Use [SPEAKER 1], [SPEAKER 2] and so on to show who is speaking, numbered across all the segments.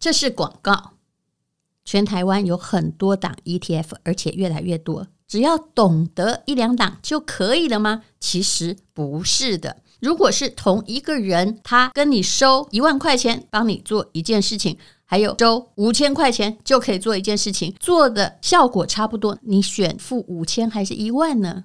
[SPEAKER 1] 这是广告。全台湾有很多档 ETF，而且越来越多。只要懂得一两档就可以了吗？其实不是的。如果是同一个人，他跟你收一万块钱帮你做一件事情，还有收五千块钱就可以做一件事情，做的效果差不多，你选付五千还是一万呢？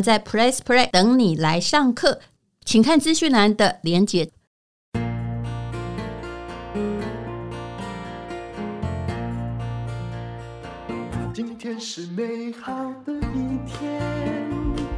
[SPEAKER 1] 在 Press Play 等你来上课，请看资讯栏的连接。
[SPEAKER 2] 今天是美好的一天。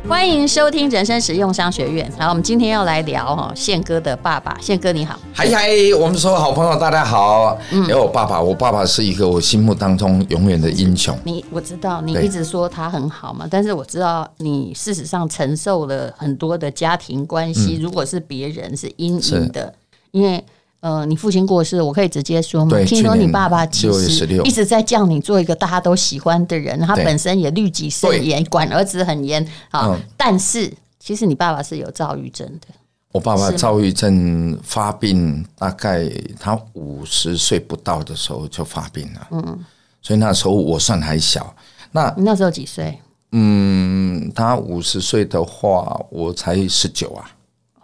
[SPEAKER 1] 欢迎收听人生实用商学院。然后我们今天要来聊哈宪哥的爸爸，宪哥你好。
[SPEAKER 3] 嗨嗨，我们所有好朋友，大家好。
[SPEAKER 1] 嗯
[SPEAKER 3] 还有我爸爸，我爸爸是一个我心目当中永远的英雄。
[SPEAKER 1] 你我知道你
[SPEAKER 3] 对
[SPEAKER 1] 一直说他很好嘛，但是我知道你事实上承受了很多的家庭关
[SPEAKER 3] 嗯
[SPEAKER 1] 系，如果是别人是阴影的，因为呃，你父亲过世，我可以直接说嘛，
[SPEAKER 3] 对
[SPEAKER 1] 听说
[SPEAKER 3] 去
[SPEAKER 1] 你
[SPEAKER 3] 年
[SPEAKER 1] 爸爸其
[SPEAKER 3] 6
[SPEAKER 1] 实
[SPEAKER 3] 月16
[SPEAKER 1] 一直在叫你做一个大家都喜欢的人，他
[SPEAKER 3] 对
[SPEAKER 1] 本身也律己
[SPEAKER 3] 对
[SPEAKER 1] 甚严，管儿子很严啊，
[SPEAKER 3] 嗯
[SPEAKER 1] 但是其实你爸爸是有躁郁症的，
[SPEAKER 3] 我爸爸
[SPEAKER 1] 是吗
[SPEAKER 3] 躁郁症发病，大概他五十岁不到的时候就发病了。嗯，所以那时候我算还小。那
[SPEAKER 1] 你那时候几岁？
[SPEAKER 3] 嗯，他五十岁的话，我才十九啊。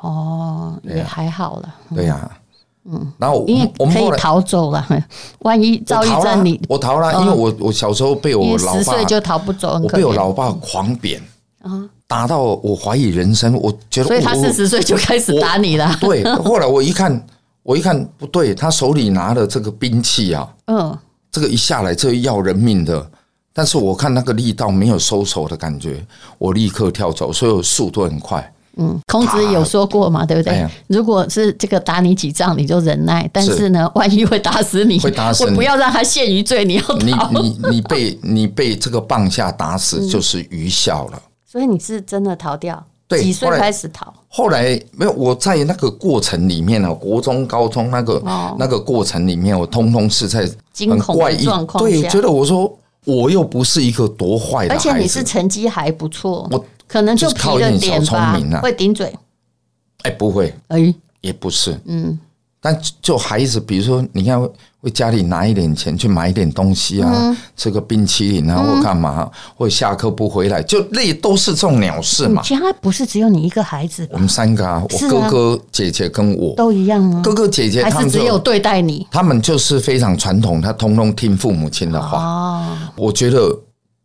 [SPEAKER 1] 哦，也还好了，
[SPEAKER 3] 对呀、嗯，然后我
[SPEAKER 1] 因为
[SPEAKER 3] 们我们
[SPEAKER 1] 可以
[SPEAKER 3] 后来
[SPEAKER 1] 逃走了，万一躁
[SPEAKER 3] 我
[SPEAKER 1] 郁
[SPEAKER 3] 逃
[SPEAKER 1] 症你嗯
[SPEAKER 3] 了，我逃了，因为我我小时候被
[SPEAKER 1] 因
[SPEAKER 3] 我
[SPEAKER 1] 为
[SPEAKER 3] 老
[SPEAKER 1] 十
[SPEAKER 3] 爸
[SPEAKER 1] 岁就逃不走，很
[SPEAKER 3] 我
[SPEAKER 1] 可
[SPEAKER 3] 被我
[SPEAKER 1] 怜。嗯
[SPEAKER 3] 老爸狂扁打到我怀疑人生，我觉得
[SPEAKER 1] 所以他
[SPEAKER 3] 我
[SPEAKER 1] 四十岁就开始打你 了。
[SPEAKER 3] 对，后来我一看，我一看不对，他手里拿的这个兵器啊，
[SPEAKER 1] 嗯，
[SPEAKER 3] 这个一下来，这个要人命的。但是我看那个力道没有收手的感觉，我立刻跳走，所以我速度很快。
[SPEAKER 1] 孔子有说过嘛，对不
[SPEAKER 3] 哎
[SPEAKER 1] 对
[SPEAKER 3] 呀？
[SPEAKER 1] 如果是这个打你几仗，你就忍耐；但是呢，万一会打死你，
[SPEAKER 3] 会打死
[SPEAKER 1] 我
[SPEAKER 3] 你
[SPEAKER 1] 不要让他陷于罪，你要
[SPEAKER 3] 你
[SPEAKER 1] 逃。
[SPEAKER 3] 你你被你被这个棒下打
[SPEAKER 1] 嗯
[SPEAKER 3] 死就是愚孝了。
[SPEAKER 1] 所以你是真的逃掉？
[SPEAKER 3] 对
[SPEAKER 1] 几岁
[SPEAKER 3] 后来
[SPEAKER 1] 开始逃？
[SPEAKER 3] 后来没有，我在那个过程里面呢，国中、高中那个、
[SPEAKER 1] 哦
[SPEAKER 3] 那个过程里面，我通通是在
[SPEAKER 1] 惊
[SPEAKER 3] 很
[SPEAKER 1] 恐的
[SPEAKER 3] 怪异
[SPEAKER 1] 状况
[SPEAKER 3] 对，
[SPEAKER 1] 下
[SPEAKER 3] 觉得我说我又不是一个多坏的
[SPEAKER 1] 而
[SPEAKER 3] 孩子，
[SPEAKER 1] 且你是成绩还不错
[SPEAKER 3] 我，
[SPEAKER 1] 可能
[SPEAKER 3] 就是
[SPEAKER 1] 皮
[SPEAKER 3] 靠一
[SPEAKER 1] 了
[SPEAKER 3] 点
[SPEAKER 1] 点
[SPEAKER 3] 小
[SPEAKER 1] 吧
[SPEAKER 3] 聪明，啊
[SPEAKER 1] 会顶嘴。
[SPEAKER 3] 哎、不会，
[SPEAKER 1] 哎，
[SPEAKER 3] 也不是，
[SPEAKER 1] 嗯，
[SPEAKER 3] 但就孩子，比如说，你看为家里拿一点钱去买一点东西啊，
[SPEAKER 1] 嗯
[SPEAKER 3] 吃个冰淇淋啊，或干嘛，或下课不回来，就那都是这种鸟事
[SPEAKER 1] 你
[SPEAKER 3] 嘛。
[SPEAKER 1] 家不是只有你一个孩子吧
[SPEAKER 3] 我们三个啊，我
[SPEAKER 1] 嗯是啊
[SPEAKER 3] 哥哥、姐姐跟我，
[SPEAKER 1] 都一样吗？
[SPEAKER 3] 哥哥姐姐
[SPEAKER 1] 还
[SPEAKER 3] 他
[SPEAKER 1] 是
[SPEAKER 3] 们
[SPEAKER 1] 只有
[SPEAKER 3] 就
[SPEAKER 1] 对待你？
[SPEAKER 3] 他们就是非常传统，他通通听父母亲的话。
[SPEAKER 1] 哦，
[SPEAKER 3] 我觉得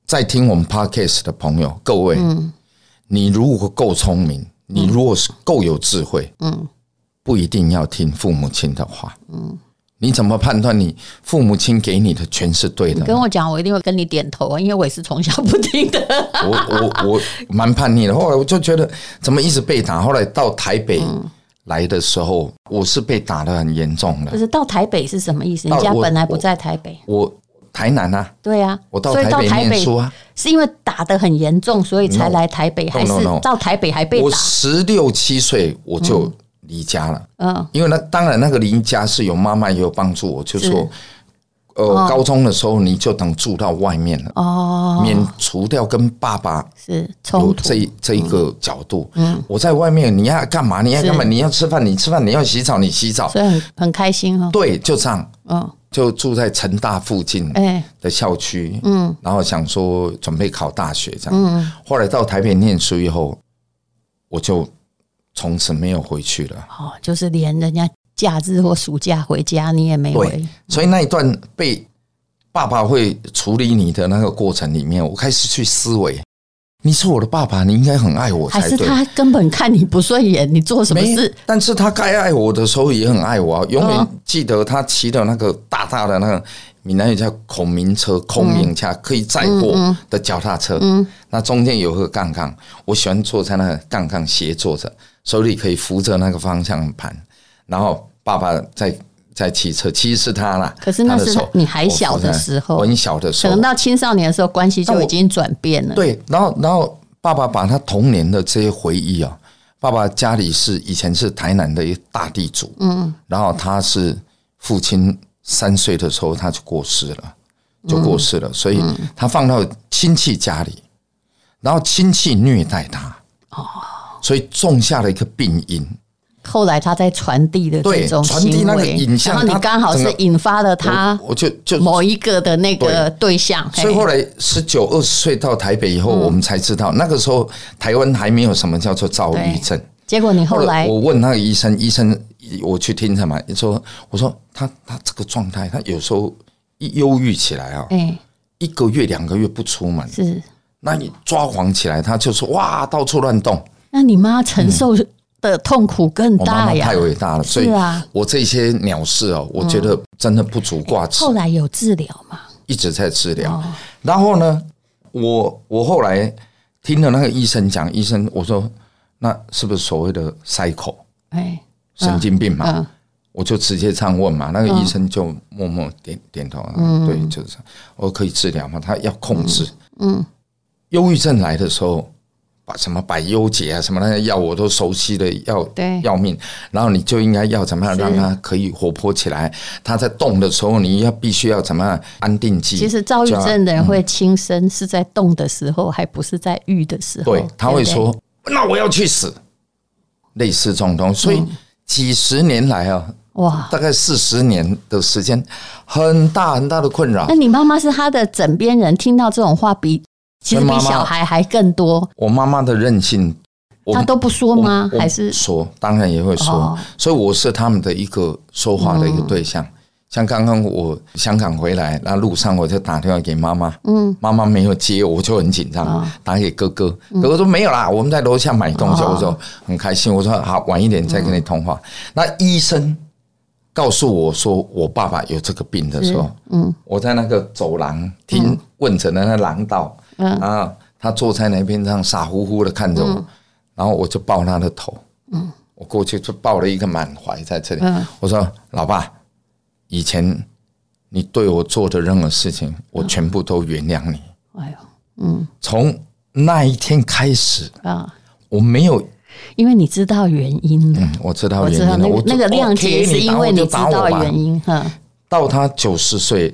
[SPEAKER 3] 在听我们 podcast 的朋友，各位，
[SPEAKER 1] 嗯
[SPEAKER 3] 你如果够聪明，你如果是够有智慧，
[SPEAKER 1] 嗯，
[SPEAKER 3] 不一定要听父母亲的话。嗯，你怎么判断你父母亲给你的全是对的啊
[SPEAKER 1] 跟
[SPEAKER 3] 呢？
[SPEAKER 1] 我讲，我一定会跟你点头啊，因为我也是从小不听 的。
[SPEAKER 3] 我我 我蛮叛逆的，后来我就觉得怎么一直被打，后来到台北
[SPEAKER 1] 嗯
[SPEAKER 3] 来的时候，我是被打得很严重
[SPEAKER 1] 不
[SPEAKER 3] 的。
[SPEAKER 1] 是到台北是什么意思？
[SPEAKER 3] 到
[SPEAKER 1] 人家
[SPEAKER 3] 我
[SPEAKER 1] 本来不在台北，
[SPEAKER 3] 我台南啊，
[SPEAKER 1] 对啊，
[SPEAKER 3] 我到
[SPEAKER 1] 所以
[SPEAKER 3] 台
[SPEAKER 1] 到
[SPEAKER 3] 北
[SPEAKER 1] 台
[SPEAKER 3] 念
[SPEAKER 1] 北
[SPEAKER 3] 书啊，
[SPEAKER 1] 是因为打得很严重，所以才
[SPEAKER 3] No
[SPEAKER 1] 来台北，
[SPEAKER 3] No,
[SPEAKER 1] 还
[SPEAKER 3] no,
[SPEAKER 1] 是
[SPEAKER 3] no
[SPEAKER 1] 到台北还被
[SPEAKER 3] 我
[SPEAKER 1] 打？
[SPEAKER 3] 十六七岁我就离家了。
[SPEAKER 1] 嗯，
[SPEAKER 3] 因为那当然那个邻家是有妈妈也有帮助我，就说
[SPEAKER 1] 是，
[SPEAKER 3] 呃，
[SPEAKER 1] 哦
[SPEAKER 3] 高中的时候你就等住到外面了，
[SPEAKER 1] 哦，
[SPEAKER 3] 免除掉跟爸爸
[SPEAKER 1] 是
[SPEAKER 3] 有
[SPEAKER 1] 冲突嗯
[SPEAKER 3] 这一这一个角度。我在外面你要干嘛？你要干嘛？
[SPEAKER 1] 是
[SPEAKER 3] 你要吃饭，你吃饭；你要洗澡，你洗澡。
[SPEAKER 1] 所以很很开心哈、
[SPEAKER 3] 对，就这样，
[SPEAKER 1] 哦。
[SPEAKER 3] 就住在成大附近
[SPEAKER 1] 嗯，哎、
[SPEAKER 3] 的校区，嗯，然后想说准备考大学这样。
[SPEAKER 1] 嗯
[SPEAKER 3] 后来到台北念书以后，我就从此没有回去了。
[SPEAKER 1] 哦，就是连人家假日或暑假回家你也没回
[SPEAKER 3] 对，所以那一段被爸爸会处理你的那个过程里面，我开始去思维，你是我的爸爸，你应该很爱我
[SPEAKER 1] 还
[SPEAKER 3] 才
[SPEAKER 1] 是
[SPEAKER 3] 对。
[SPEAKER 1] 他根本看你不顺眼，你做什么
[SPEAKER 3] 没
[SPEAKER 1] 事？，
[SPEAKER 3] 但是他该爱我的时候也很爱我、啊，永远
[SPEAKER 1] 嗯
[SPEAKER 3] 记得他骑的那个大大的那个闽南语叫孔明车、孔明车可以载
[SPEAKER 1] 嗯
[SPEAKER 3] 货的脚踏车，那中间有个杠杠，我喜欢坐在那个杠杠斜坐着，手里可以扶着那个方向盘，然后爸爸在在骑车，其实是他啦。
[SPEAKER 1] 可是那
[SPEAKER 3] 他的
[SPEAKER 1] 是
[SPEAKER 3] 手
[SPEAKER 1] 你还小的时候
[SPEAKER 3] 我很小的时
[SPEAKER 1] 可
[SPEAKER 3] 候
[SPEAKER 1] 能，到青少年的时候，关系就已经转变了。
[SPEAKER 3] 对，然后然后爸爸把他童年的这些回忆啊，爸爸家里是以前是台南的一个大地主，嗯，然后他是父亲三岁的时候他就过世了，就过世
[SPEAKER 1] 嗯
[SPEAKER 3] 了，所以他放到亲戚家里，然后亲戚虐待他，哦，所以种下了一个病因，
[SPEAKER 1] 后来他在传递的这
[SPEAKER 3] 对
[SPEAKER 1] 种
[SPEAKER 3] 传递
[SPEAKER 1] 行
[SPEAKER 3] 那个
[SPEAKER 1] 为，
[SPEAKER 3] 影像
[SPEAKER 1] 然后你
[SPEAKER 3] 他
[SPEAKER 1] 刚好
[SPEAKER 3] 整
[SPEAKER 1] 是
[SPEAKER 3] 个
[SPEAKER 1] 引发了他
[SPEAKER 3] 我我就就
[SPEAKER 1] 某一个的那个嗯对象，
[SPEAKER 3] 所
[SPEAKER 1] 嘿
[SPEAKER 3] 以后来十九二十岁到台北以后，我们才知道那个时候台湾还没有什么叫做躁郁症。
[SPEAKER 1] 结果你后来
[SPEAKER 3] 我问那个医生，医生我去听他嘛，说我说他他这个状态，他有时候一忧郁起来啊，
[SPEAKER 1] 哎
[SPEAKER 3] 一个月两个月不出门，
[SPEAKER 1] 是，
[SPEAKER 3] 那你抓狂起来，他就说哇到处乱动。
[SPEAKER 1] 那你妈承受的痛苦更
[SPEAKER 3] 嗯我妈
[SPEAKER 1] 大
[SPEAKER 3] 妈
[SPEAKER 1] 呀
[SPEAKER 3] 太。伟大了，所以
[SPEAKER 1] 是啊嗯
[SPEAKER 3] 我这些鸟事哦，我觉得真的不足挂齿。
[SPEAKER 1] 后来哦有治疗嘛？
[SPEAKER 3] 一直在治疗。然后呢，我我后来听了那个医生讲，医生我说那是不是所谓的塞口
[SPEAKER 1] 哎，
[SPEAKER 3] 神经病嘛？
[SPEAKER 1] 嗯，
[SPEAKER 3] 我就直接这样问嘛，那个医生就默默点点头，嗯、对，就是这样我可以治疗嘛，他要控制。
[SPEAKER 1] 嗯，
[SPEAKER 3] 忧郁症来的时候。把什么百忧解啊，什么那些药我都熟悉的要
[SPEAKER 1] 对
[SPEAKER 3] 要命，然后你就应该要怎么样
[SPEAKER 1] 是
[SPEAKER 3] 让他可以活泼起来？他在动的时候，你要必须要怎么样安定剂？
[SPEAKER 1] 其实躁郁
[SPEAKER 3] 就要
[SPEAKER 1] 症的人会轻生，是在动的时候，还不是在郁的时候。
[SPEAKER 3] 对，他会
[SPEAKER 1] 不对嗯
[SPEAKER 3] 说：“那我要去死。”类似这种东西，所以几十年来啊，：“
[SPEAKER 1] 哇，
[SPEAKER 3] 大概四十年的时间，很大很大的困扰
[SPEAKER 1] 那。你妈妈是他的枕边人，听到这种话比其实
[SPEAKER 3] 所以
[SPEAKER 1] 比
[SPEAKER 3] 妈妈
[SPEAKER 1] 小孩还更多，
[SPEAKER 3] 我妈妈的任性，我
[SPEAKER 1] 他都不说吗？
[SPEAKER 3] 我
[SPEAKER 1] 还是
[SPEAKER 3] 说，当然也会说，
[SPEAKER 1] 哦嗯
[SPEAKER 3] 所以我是他们的一个说话的一个对象。像刚刚我香港回来，那路上我就打电话给妈妈，
[SPEAKER 1] 嗯，
[SPEAKER 3] 妈妈没有接，我就很紧张，
[SPEAKER 1] 哦
[SPEAKER 3] 打给哥哥，哥哥说没有啦，我们在楼下买东西，
[SPEAKER 1] 哦
[SPEAKER 3] 我说很开心，我说好，晚一点再跟你通话。
[SPEAKER 1] 嗯
[SPEAKER 3] 那医生告诉我说我爸爸有这个病的时候，
[SPEAKER 1] 嗯
[SPEAKER 3] 我在那个走廊听问诊的那廊道，
[SPEAKER 1] 嗯
[SPEAKER 3] 啊，他坐在那边上傻乎乎的看着我，然后我就抱他的头，我过去就抱了一个满怀在这里，
[SPEAKER 1] 嗯
[SPEAKER 3] 我说老爸，以前你对我做的任何事情，
[SPEAKER 1] 嗯
[SPEAKER 3] 我全部都原谅你。
[SPEAKER 1] 哎呦，嗯
[SPEAKER 3] 从那一天开始，
[SPEAKER 1] 啊，
[SPEAKER 3] 我没有，
[SPEAKER 1] 因为你知道原因了，
[SPEAKER 3] 嗯我知道
[SPEAKER 1] 我
[SPEAKER 3] 原
[SPEAKER 1] 知
[SPEAKER 3] 因
[SPEAKER 1] 道
[SPEAKER 3] 了，
[SPEAKER 1] 那
[SPEAKER 3] 我
[SPEAKER 1] 个那个
[SPEAKER 3] 就
[SPEAKER 1] 谅解
[SPEAKER 3] OK，
[SPEAKER 1] 是因
[SPEAKER 3] 打我
[SPEAKER 1] 为你
[SPEAKER 3] 就
[SPEAKER 1] 知
[SPEAKER 3] 打我
[SPEAKER 1] 道
[SPEAKER 3] 吧。
[SPEAKER 1] 原因哈，
[SPEAKER 3] 到他九十岁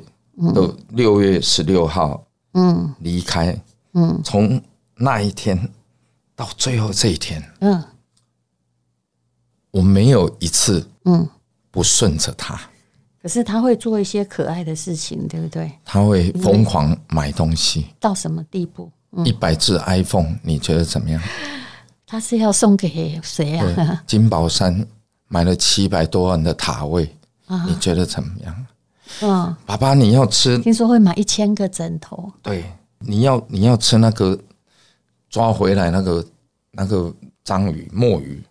[SPEAKER 3] 的六月十六号
[SPEAKER 1] 嗯
[SPEAKER 3] 离开，
[SPEAKER 1] 嗯
[SPEAKER 3] 从那一天到最后这一天，
[SPEAKER 1] 嗯
[SPEAKER 3] 我没有一次
[SPEAKER 1] 嗯。
[SPEAKER 3] 不顺着他，
[SPEAKER 1] 可是他会做一些可爱的事情，对不对？
[SPEAKER 3] 他会疯狂买东西。
[SPEAKER 1] 到什么地步？
[SPEAKER 3] 一百只 iPhone，你觉得怎么样？
[SPEAKER 1] 他是要送给谁
[SPEAKER 3] 对
[SPEAKER 1] 啊？，
[SPEAKER 3] 金宝山买了七百多万的塔位，你觉得怎么样？
[SPEAKER 1] 嗯，
[SPEAKER 3] 爸爸，你要吃，
[SPEAKER 1] 听说会买一千个枕头，
[SPEAKER 3] 对，你要你要吃那个抓回来那个那个章鱼、墨鱼，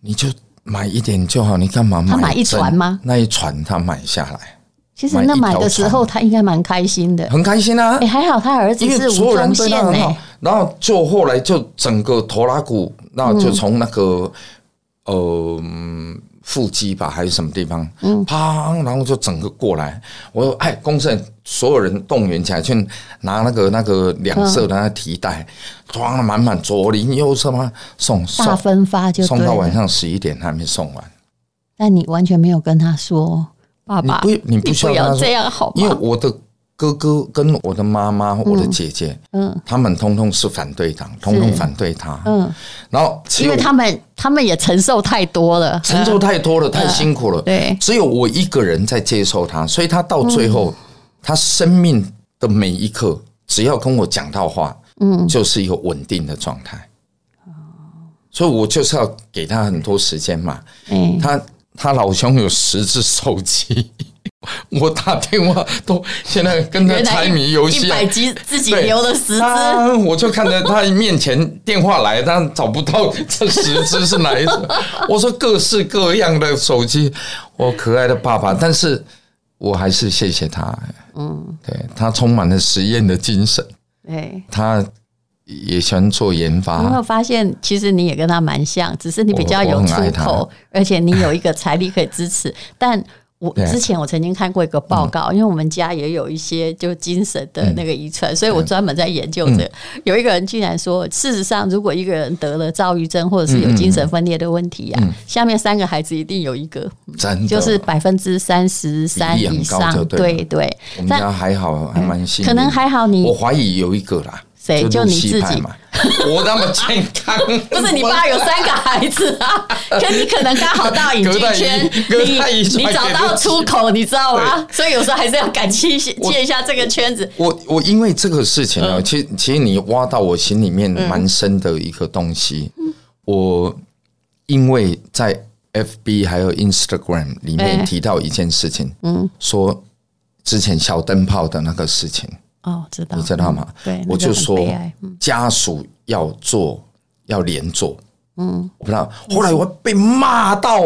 [SPEAKER 3] 你就买一点就好，你干嘛买
[SPEAKER 1] 他买一船
[SPEAKER 3] 整
[SPEAKER 1] 吗
[SPEAKER 3] 那一船他买下来，
[SPEAKER 1] 其实那
[SPEAKER 3] 买一
[SPEAKER 1] 买
[SPEAKER 3] 条
[SPEAKER 1] 的时候他应该蛮开心 的。
[SPEAKER 3] 很开心啊
[SPEAKER 1] 哎，，还好他儿子
[SPEAKER 3] 因
[SPEAKER 1] 是
[SPEAKER 3] 为所
[SPEAKER 1] 无
[SPEAKER 3] 有人
[SPEAKER 1] 缝
[SPEAKER 3] 对
[SPEAKER 1] 线欸
[SPEAKER 3] 他很好
[SPEAKER 1] 呢。，
[SPEAKER 3] 然后就后来就整个头拉骨，那就从那个、呃嗯腹肌吧还是什么地方，
[SPEAKER 1] 嗯
[SPEAKER 3] 砰，然后就整个过来。我说哎，公正，所有人动员起来去拿那个那个两
[SPEAKER 1] 嗯
[SPEAKER 3] 色的那提袋，装的满满，左邻右舍嘛送
[SPEAKER 1] 大
[SPEAKER 3] 送
[SPEAKER 1] 分发就
[SPEAKER 3] 送
[SPEAKER 1] 对
[SPEAKER 3] 到晚
[SPEAKER 1] 了。
[SPEAKER 3] 上十一点还没送完。
[SPEAKER 1] 但你完全没有跟他说，爸
[SPEAKER 3] 你
[SPEAKER 1] 爸，
[SPEAKER 3] 不你不需
[SPEAKER 1] 不要
[SPEAKER 3] 要跟他说
[SPEAKER 1] 这样好
[SPEAKER 3] 因为
[SPEAKER 1] 吗？
[SPEAKER 3] 我的哥哥跟我的妈妈、我的姐姐，
[SPEAKER 1] 嗯
[SPEAKER 3] 他们通通是反对党，通通反对他。
[SPEAKER 1] 嗯，
[SPEAKER 3] 然后只
[SPEAKER 1] 因
[SPEAKER 3] 有
[SPEAKER 1] 为他们他们也承受太多了，
[SPEAKER 3] 承受太多了，太辛苦了。
[SPEAKER 1] 对
[SPEAKER 3] 只有我一个人在接受他，所以他到最后，
[SPEAKER 1] 嗯
[SPEAKER 3] 他生命的每一刻，只要跟我讲到话，嗯，就是一个稳定的状态。
[SPEAKER 1] 哦
[SPEAKER 3] 所以我就是要给他很多时间嘛。
[SPEAKER 1] 嗯，哎，
[SPEAKER 3] 他他老兄有十只手机，我打电话都现在跟他
[SPEAKER 1] 原来
[SPEAKER 3] 猜
[SPEAKER 1] 一
[SPEAKER 3] 谜游戏
[SPEAKER 1] 一
[SPEAKER 3] 啊
[SPEAKER 1] 百集自己
[SPEAKER 3] 对
[SPEAKER 1] 留了十只，
[SPEAKER 3] 他我就看着他面前电话来，但找不到这十只是哪一只。我说各式各样的手机，我可爱的爸爸，但是我还是谢谢他。嗯，对他充满了实验的精神，
[SPEAKER 1] 哎，
[SPEAKER 3] 他也喜欢做研发。
[SPEAKER 1] 有没有发现，其实你也跟他蛮像，只是你比较
[SPEAKER 3] 我
[SPEAKER 1] 有
[SPEAKER 3] 我很
[SPEAKER 1] 出
[SPEAKER 3] 爱他
[SPEAKER 1] 口，而且你有一个财力可以支持。但我
[SPEAKER 3] 对嗯
[SPEAKER 1] 之前我曾经看过一个报告，因为我们家也有一些就精神的那个遗传，所以我专门在研究这个。
[SPEAKER 3] 嗯
[SPEAKER 1] 有一个人竟然说，事实上，如果一个人得了躁郁症或者是有精
[SPEAKER 3] 嗯
[SPEAKER 1] 神分裂的问题呀、啊下面三个孩子一定有一个，
[SPEAKER 3] 真的，
[SPEAKER 1] 就是百分之三十三
[SPEAKER 3] 比例
[SPEAKER 1] 以
[SPEAKER 3] 很高
[SPEAKER 1] 上。
[SPEAKER 3] 就对了
[SPEAKER 1] 对对
[SPEAKER 3] 我，们
[SPEAKER 1] 但
[SPEAKER 3] 家还好，还蛮幸运。
[SPEAKER 1] 嗯可能还好你
[SPEAKER 3] 我怀疑有一个啦，
[SPEAKER 1] 谁
[SPEAKER 3] 就
[SPEAKER 1] 就
[SPEAKER 3] 露
[SPEAKER 1] 你
[SPEAKER 3] 西
[SPEAKER 1] 自
[SPEAKER 3] 派
[SPEAKER 1] 己
[SPEAKER 3] 嘛，我那么健康，
[SPEAKER 1] 不是你爸有三个孩子啊，可你可能刚好到影剧圈，
[SPEAKER 3] 隔代遗隔代
[SPEAKER 1] 你
[SPEAKER 3] 遗传
[SPEAKER 1] 你找到出口，你知道吗？所以有时候还是要感激一些
[SPEAKER 3] 我
[SPEAKER 1] 借一下这个圈子。
[SPEAKER 3] 我我因为这个事情呢，
[SPEAKER 1] 嗯
[SPEAKER 3] 其实其实你挖到我心里面蛮深的一个东西。
[SPEAKER 1] 嗯
[SPEAKER 3] 我因为在 FB 还有 Instagram 里
[SPEAKER 1] 哎
[SPEAKER 3] 面提到一件事情，嗯，说之前小灯泡的那个事情，
[SPEAKER 1] 哦，知道
[SPEAKER 3] 你知道吗？
[SPEAKER 1] 对那个
[SPEAKER 3] 我就
[SPEAKER 1] 很悲
[SPEAKER 3] 说
[SPEAKER 1] 哀嗯
[SPEAKER 3] 家属要做要连坐，嗯，我不知道。后来我被骂到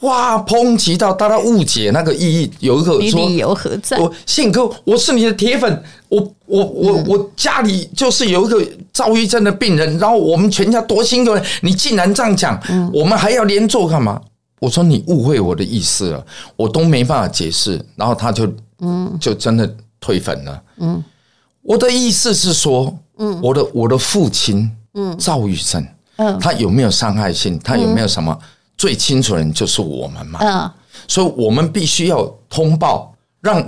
[SPEAKER 3] 哇，抨击到大家误解那个意义，有一个
[SPEAKER 1] 你
[SPEAKER 3] 说
[SPEAKER 1] 理由何在？
[SPEAKER 3] 我宪哥，我是你的铁粉，我我我、我家里就是有一个躁郁症的病人，然后我们全家多辛苦，你竟然这样讲，我们还要连坐干嘛？我说你误会我的意思了，我都没办法解释，然后他就嗯，就真的退粉了。嗯，我的意思是说，嗯，我的我的父亲，嗯，躁郁症，
[SPEAKER 1] 嗯
[SPEAKER 3] 他有没有伤害性？他有没有什么？最清楚的人就是我们嘛。
[SPEAKER 1] 嗯，
[SPEAKER 3] 所以我们必须要通报，让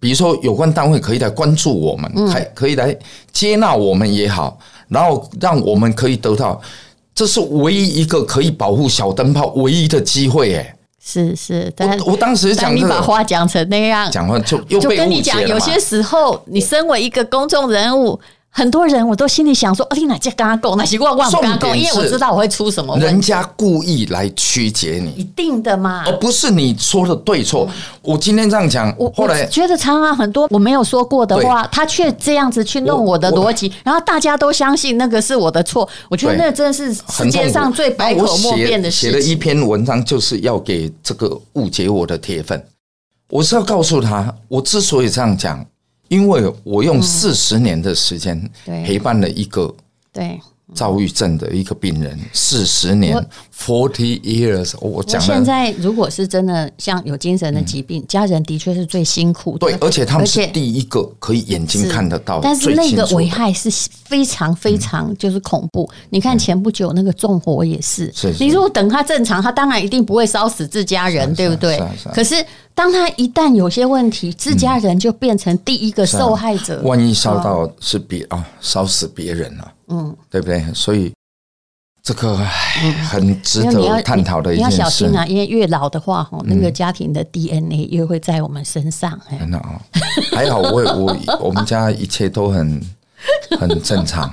[SPEAKER 3] 比如说有关单位可以来关注我们，
[SPEAKER 1] 嗯
[SPEAKER 3] 还可以来接纳我们也好，然后让我们可以得到，这是唯一一个可以保护小灯泡唯一的机会。哎，
[SPEAKER 1] 是是，但
[SPEAKER 3] 我我当时
[SPEAKER 1] 但
[SPEAKER 3] 讲
[SPEAKER 1] 你
[SPEAKER 3] 这
[SPEAKER 1] 把
[SPEAKER 3] 个
[SPEAKER 1] 话讲成那样，
[SPEAKER 3] 讲话就又
[SPEAKER 1] 就
[SPEAKER 3] 被
[SPEAKER 1] 跟
[SPEAKER 3] 误
[SPEAKER 1] 你
[SPEAKER 3] 解
[SPEAKER 1] 讲，
[SPEAKER 3] 了
[SPEAKER 1] 有
[SPEAKER 3] 嘛。
[SPEAKER 1] 些时候你身为一个公众人物。很多人我都心里想说，哦，你哪家跟他共，哪些万万不跟他
[SPEAKER 3] 重
[SPEAKER 1] 共，
[SPEAKER 3] 点
[SPEAKER 1] 因为我
[SPEAKER 3] 是
[SPEAKER 1] 知道我嗯会出什么问
[SPEAKER 3] 人
[SPEAKER 1] 题，
[SPEAKER 3] 家故意来曲解
[SPEAKER 1] 一
[SPEAKER 3] 你，
[SPEAKER 1] 定的嘛。
[SPEAKER 3] 而不是你说的对错。我今天这样讲
[SPEAKER 1] 嗯我，
[SPEAKER 3] 后来
[SPEAKER 1] 我觉得常常很多我没有说过的话，他却这样子去弄我的逻辑，然后大家都相信那个是我的错。我觉得
[SPEAKER 3] 对
[SPEAKER 1] 那真的是世
[SPEAKER 3] 很痛
[SPEAKER 1] 界
[SPEAKER 3] 苦
[SPEAKER 1] 上最百
[SPEAKER 3] 那
[SPEAKER 1] 口
[SPEAKER 3] 我
[SPEAKER 1] 莫
[SPEAKER 3] 写
[SPEAKER 1] 辩的
[SPEAKER 3] 写
[SPEAKER 1] 事
[SPEAKER 3] 了一
[SPEAKER 1] 情。
[SPEAKER 3] 篇文章，就是要给这个误解我的铁粉，我是要告诉他，我之所以这样讲，因为我用四十年的时间
[SPEAKER 1] 嗯对
[SPEAKER 3] 陪伴了一个
[SPEAKER 1] 对，
[SPEAKER 3] 躁郁症的一个病人，四十年，forty years，我
[SPEAKER 1] 我
[SPEAKER 3] 讲
[SPEAKER 1] 现
[SPEAKER 3] 了。
[SPEAKER 1] 在如果是真的像有精神的疾病，家人的确是最辛苦的。
[SPEAKER 3] 对，而且他们
[SPEAKER 1] 而
[SPEAKER 3] 是
[SPEAKER 1] 且
[SPEAKER 3] 第一个可以眼睛
[SPEAKER 1] 是
[SPEAKER 3] 看得到，
[SPEAKER 1] 但是
[SPEAKER 3] 哦最
[SPEAKER 1] 那
[SPEAKER 3] 清
[SPEAKER 1] 个
[SPEAKER 3] 楚
[SPEAKER 1] 危
[SPEAKER 3] 的。嗯
[SPEAKER 1] 害是非常非常就是恐怖。你看前不久那个纵火也是，
[SPEAKER 3] 是是
[SPEAKER 1] 你如果等他正常，他当然一定不会烧死自家人，对不对
[SPEAKER 3] 是啊是啊？
[SPEAKER 1] 可是当他一旦有些问题，自家人就变成第一个受害者。
[SPEAKER 3] 嗯万一烧到是别啊，烧死别人了，
[SPEAKER 1] 嗯，
[SPEAKER 3] 对不对？所以这个唉很值
[SPEAKER 1] 因为你要
[SPEAKER 3] 得探讨的一
[SPEAKER 1] 你要
[SPEAKER 3] 件
[SPEAKER 1] 小
[SPEAKER 3] 事嗯
[SPEAKER 1] 心。啊，因为越老的话，吼，那个家庭的 DNA 越会在我们身上。哎
[SPEAKER 3] 真的哦，还好我我我们家一切都很很正常，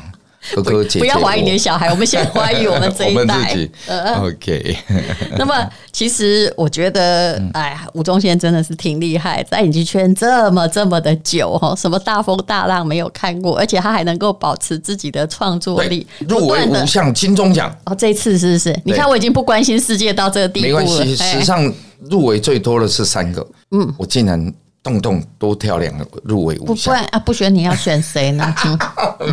[SPEAKER 3] 哥哥姐姐
[SPEAKER 1] 不要怀疑你的
[SPEAKER 3] 我
[SPEAKER 1] 小孩，我们先怀疑我们这
[SPEAKER 3] 我
[SPEAKER 1] 一
[SPEAKER 3] 们
[SPEAKER 1] 代嗯
[SPEAKER 3] 自。己 OK，
[SPEAKER 1] 那么，其实我觉得，
[SPEAKER 3] 嗯
[SPEAKER 1] 哎呀，吴宗宪真的是挺厉害，在影剧圈这么这么的久哈，什么大风大浪没有看过，而且他还能够保持自己的创作力
[SPEAKER 3] 对，， 入
[SPEAKER 1] 不
[SPEAKER 3] 围
[SPEAKER 1] 断地
[SPEAKER 3] 五项金钟奖
[SPEAKER 1] 哦，这一次是不是？你看我已经不关心世界到这个地
[SPEAKER 3] 没
[SPEAKER 1] 步
[SPEAKER 3] 关
[SPEAKER 1] 了
[SPEAKER 3] 系，，
[SPEAKER 1] 哎
[SPEAKER 3] 史上入围最多的是三个，嗯，我竟然动动多跳两个入围
[SPEAKER 1] 不
[SPEAKER 3] 五
[SPEAKER 1] 不
[SPEAKER 3] 项，
[SPEAKER 1] 然啊，不选你要选谁 呢？嗯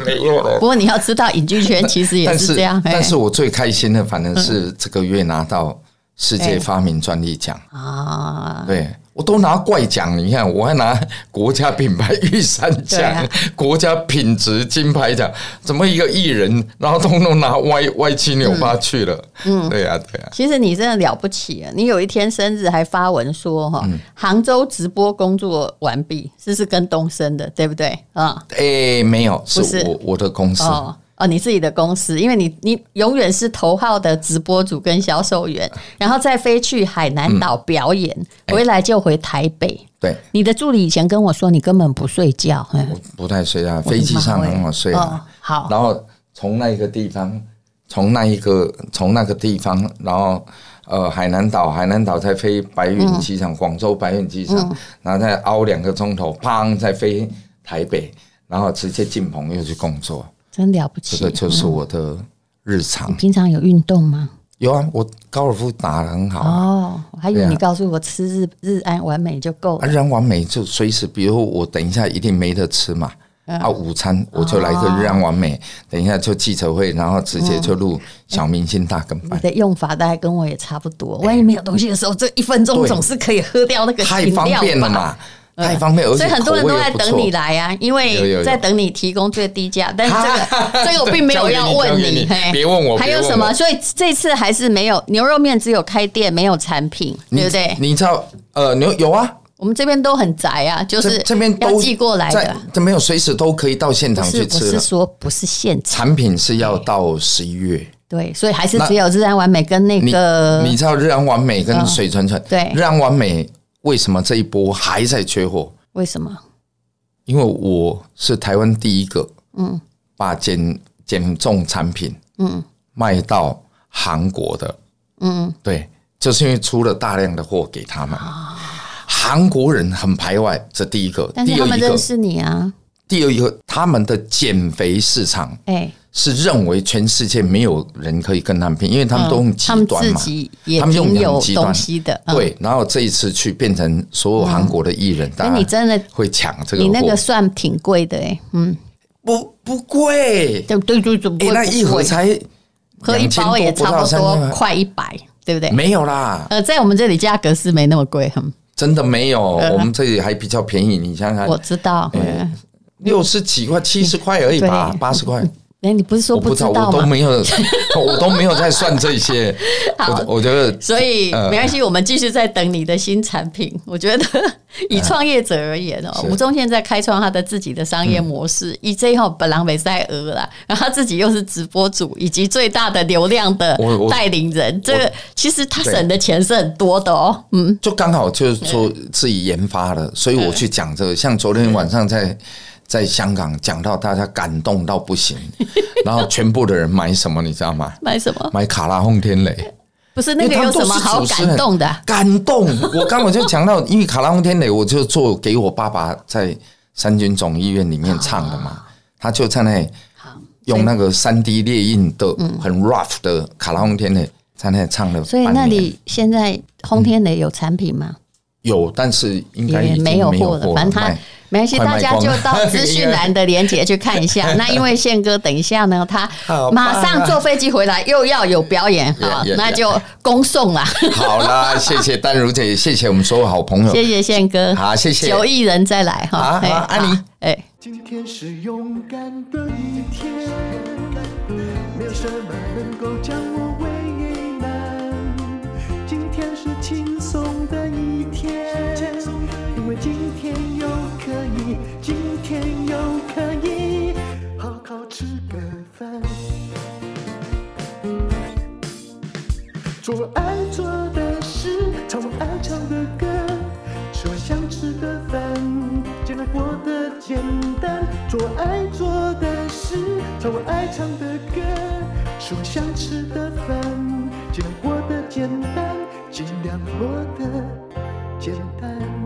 [SPEAKER 3] 没有了
[SPEAKER 1] 不。过你要知道，影剧圈其实也
[SPEAKER 3] 但
[SPEAKER 1] 是这样，哎嗯
[SPEAKER 3] 但是我最开心的反正是这个月拿到世界发明专利奖，
[SPEAKER 1] 啊，
[SPEAKER 3] 对我都拿怪奖，你看我还拿国家品牌玉山
[SPEAKER 1] 对
[SPEAKER 3] 奖、
[SPEAKER 1] 啊
[SPEAKER 3] 国家品质金牌奖，怎么一个艺人，然后通通拿歪歪七扭八去了？嗯，对呀、啊，对呀、啊。
[SPEAKER 1] 其实你真的了不起啊！你有一天生日还发文说哈，
[SPEAKER 3] 嗯
[SPEAKER 1] 杭州直播工作完毕，这是跟东升的，对不对？啊、
[SPEAKER 3] 诶，哎没有，是
[SPEAKER 1] 不是
[SPEAKER 3] 我我的公司，
[SPEAKER 1] 哦哦，你自己的公司，因为你你永远是头号的直播主跟销售员，
[SPEAKER 3] 哎
[SPEAKER 1] 然后再飞去海南岛表演，
[SPEAKER 3] 嗯
[SPEAKER 1] 回来就回台北。
[SPEAKER 3] 对，
[SPEAKER 1] 你的助理以前跟我说，你根本不睡觉，嗯
[SPEAKER 3] 我不太睡啊，飞机上很好睡
[SPEAKER 1] 哦
[SPEAKER 3] 啊。，
[SPEAKER 1] 好，
[SPEAKER 3] 然后从那一个地方，从那一个从那个地方，然后呃海南岛，海南岛再飞白云机场，广州白云机场，
[SPEAKER 1] 嗯
[SPEAKER 3] 然后再熬两个钟头，砰，再飞台北，然后直接进棚又去工作，
[SPEAKER 1] 真了不
[SPEAKER 3] 这
[SPEAKER 1] 起
[SPEAKER 3] 个。就是我的日常
[SPEAKER 1] 你。平常有运动吗？
[SPEAKER 3] 有啊，我高尔夫打得很好啊，
[SPEAKER 1] 哦，我还以为
[SPEAKER 3] 对啊
[SPEAKER 1] 你告诉我吃日日安完美就够了
[SPEAKER 3] 啊。人完美就随时，比如我等一下一定没得吃嘛，
[SPEAKER 1] 嗯
[SPEAKER 3] 啊，午餐我就来
[SPEAKER 1] 哦
[SPEAKER 3] 个日安完美，等一下就记者会，然后直接就
[SPEAKER 1] 嗯
[SPEAKER 3] 录小明星大跟
[SPEAKER 1] 你
[SPEAKER 3] 班，
[SPEAKER 1] 的用法大概跟我也差不多。万一没有东西的时候，这一分钟
[SPEAKER 3] 对
[SPEAKER 1] 总是可以喝掉那个
[SPEAKER 3] 太
[SPEAKER 1] 饮
[SPEAKER 3] 方
[SPEAKER 1] 料
[SPEAKER 3] 便了
[SPEAKER 1] 吧嗯
[SPEAKER 3] 嘛，太方便，而
[SPEAKER 1] 所
[SPEAKER 3] 且
[SPEAKER 1] 以很多人
[SPEAKER 3] 口
[SPEAKER 1] 都
[SPEAKER 3] 味又
[SPEAKER 1] 在
[SPEAKER 3] 不
[SPEAKER 1] 等你
[SPEAKER 3] 错。
[SPEAKER 1] 来啊，因
[SPEAKER 3] 有有
[SPEAKER 1] 为
[SPEAKER 3] 有
[SPEAKER 1] 在等你提供最低价。但是这个这个我并没有要问
[SPEAKER 3] 交给你交给
[SPEAKER 1] 嘿
[SPEAKER 3] 你别问我
[SPEAKER 1] 还
[SPEAKER 3] 别
[SPEAKER 1] 有
[SPEAKER 3] 问
[SPEAKER 1] 什么？
[SPEAKER 3] 我
[SPEAKER 1] 所以这次还是没有牛肉面，只有开店，没有产品，对不对？
[SPEAKER 3] 你知道呃，牛有啊，
[SPEAKER 1] 我们这边都很宅啊，就
[SPEAKER 3] 这
[SPEAKER 1] 是
[SPEAKER 3] 这边
[SPEAKER 1] 要
[SPEAKER 3] 都
[SPEAKER 1] 寄过来
[SPEAKER 3] 在
[SPEAKER 1] 的。
[SPEAKER 3] 这没有随时都可以到现
[SPEAKER 1] 不
[SPEAKER 3] 场
[SPEAKER 1] 是，
[SPEAKER 3] 去
[SPEAKER 1] 我
[SPEAKER 3] 吃
[SPEAKER 1] 是
[SPEAKER 3] 了。
[SPEAKER 1] 说不是现场，
[SPEAKER 3] 产品是要到十一月，
[SPEAKER 1] 对，所以还是
[SPEAKER 3] 那
[SPEAKER 1] 只有日安完美跟那
[SPEAKER 3] 你
[SPEAKER 1] 个
[SPEAKER 3] 你知道日安完美跟
[SPEAKER 1] 嗯
[SPEAKER 3] 水纯纯，
[SPEAKER 1] 对
[SPEAKER 3] 日安完美为什么这一波还在缺货？
[SPEAKER 1] 为什么？
[SPEAKER 3] 因为我是台湾第一个，
[SPEAKER 1] 嗯
[SPEAKER 3] 嗯，把减减重产品
[SPEAKER 1] 嗯
[SPEAKER 3] 卖到韩国的，
[SPEAKER 1] 嗯，
[SPEAKER 3] 对，就是因为出了大量的货给他们。韩国人很排外，这第一个，
[SPEAKER 1] 啊但是
[SPEAKER 3] 第
[SPEAKER 1] 他
[SPEAKER 3] 二
[SPEAKER 1] 们
[SPEAKER 3] 一
[SPEAKER 1] 认
[SPEAKER 3] 个，
[SPEAKER 1] 识你啊，
[SPEAKER 3] 第二一个，他们的减肥市场
[SPEAKER 1] 哎，
[SPEAKER 3] 是认为全世界没有人可以跟他们拼，因为他们都用极
[SPEAKER 1] 嗯他们
[SPEAKER 3] 端
[SPEAKER 1] 自
[SPEAKER 3] 嘛。
[SPEAKER 1] 己也
[SPEAKER 3] 他们用
[SPEAKER 1] 挺
[SPEAKER 3] 两
[SPEAKER 1] 有
[SPEAKER 3] 极端
[SPEAKER 1] 东西的，嗯。
[SPEAKER 3] 对，然后这一次去变成所有韩国的艺人，
[SPEAKER 1] 那
[SPEAKER 3] 大
[SPEAKER 1] 哎你
[SPEAKER 3] 家
[SPEAKER 1] 真的
[SPEAKER 3] 会抢这个
[SPEAKER 1] 你那
[SPEAKER 3] 货
[SPEAKER 1] 个，算挺贵的哎、嗯，
[SPEAKER 3] 不不贵，
[SPEAKER 1] 对对对，怎么
[SPEAKER 3] 哎，
[SPEAKER 1] 会
[SPEAKER 3] 那
[SPEAKER 1] 不
[SPEAKER 3] 一盒
[SPEAKER 1] 贵
[SPEAKER 3] 才
[SPEAKER 1] 喝一
[SPEAKER 3] 2000
[SPEAKER 1] 包也
[SPEAKER 3] 多不
[SPEAKER 1] 差
[SPEAKER 3] 到
[SPEAKER 1] 不
[SPEAKER 3] 三千
[SPEAKER 1] 多
[SPEAKER 3] 块
[SPEAKER 1] 快一百，对不对？
[SPEAKER 3] 没有啦，
[SPEAKER 1] 呃，在我们这里价格是没那么贵，嗯
[SPEAKER 3] 真的没有，
[SPEAKER 1] 嗯
[SPEAKER 3] 我们这里还比较便宜，你想想
[SPEAKER 1] 我
[SPEAKER 3] 看，
[SPEAKER 1] 知道。嗯
[SPEAKER 3] 六十几块、七十块而已吧，
[SPEAKER 1] 对
[SPEAKER 3] 八十块，
[SPEAKER 1] 哎、你不是说
[SPEAKER 3] 我不
[SPEAKER 1] 知
[SPEAKER 3] 知道，我都
[SPEAKER 1] 吗？
[SPEAKER 3] 没有，我都没有在算这些，
[SPEAKER 1] 好
[SPEAKER 3] 我我觉得
[SPEAKER 1] 所以
[SPEAKER 3] 呃
[SPEAKER 1] 没关系，我们继续在等你的新产品。我觉得 以创业者而言哦，
[SPEAKER 3] 啊是嗯
[SPEAKER 1] 吴宗宪在开创他的自己的商业模式，以这一号本狼美塞俄啦，然后他自己又是直播主以及最大的流量的
[SPEAKER 3] 我我
[SPEAKER 1] 带领人，这个其实他
[SPEAKER 3] 对
[SPEAKER 1] 省的钱是很多的哦。嗯，
[SPEAKER 3] 就刚好就是说自己研发的，所以我去讲这个。像昨天晚上在在香港讲到大家感动到 不行，然后全部的人买什么，你知道吗？
[SPEAKER 1] 买什么？
[SPEAKER 3] 买卡拉轰天雷，
[SPEAKER 1] 不是那个有什么好感动的啊？
[SPEAKER 3] 感动！我刚我就讲到，因为卡拉轰天雷，我就做给我爸爸在三军总医院里面唱的嘛，
[SPEAKER 1] 啊
[SPEAKER 3] 他就在那里用那个三 D 列印的很 rough 的卡拉轰天雷，在那里唱了半年。
[SPEAKER 1] 所以那里现在轰天雷有产品吗？
[SPEAKER 3] 有，但是应该已
[SPEAKER 1] 也
[SPEAKER 3] 经
[SPEAKER 1] 没有
[SPEAKER 3] 没有
[SPEAKER 1] 货了，反正它
[SPEAKER 3] 卖
[SPEAKER 1] 没关系，
[SPEAKER 3] 快
[SPEAKER 1] 大
[SPEAKER 3] 卖
[SPEAKER 1] 家
[SPEAKER 3] 光
[SPEAKER 1] 就
[SPEAKER 3] 了
[SPEAKER 1] 到资讯栏的链接去看一 下。那因为宪哥等一下呢，他
[SPEAKER 3] 好棒啊
[SPEAKER 1] 马上坐飞机回来，又要有表演，好
[SPEAKER 3] Yeah, yeah,，
[SPEAKER 1] 那
[SPEAKER 3] yeah
[SPEAKER 1] 就恭送啦。
[SPEAKER 3] 好啦，谢谢丹如姐，谢谢我们所有好朋 友。
[SPEAKER 1] 谢谢宪哥，
[SPEAKER 3] 好谢谢
[SPEAKER 1] 九亿人再来哈
[SPEAKER 3] 好，
[SPEAKER 1] 哎
[SPEAKER 3] 好爱你，
[SPEAKER 1] 好哎。
[SPEAKER 2] 今天是勇敢的一天，没有什么能够将我为难。今天是轻松的一天，因为今天又可以，今天又可以好好吃个饭，做我爱做的事，唱我爱唱的歌，吃我想吃的饭，尽量过得简单。做我爱做的事，唱我爱唱的歌，吃我想吃的饭，尽量过得简单，尽量过得简单。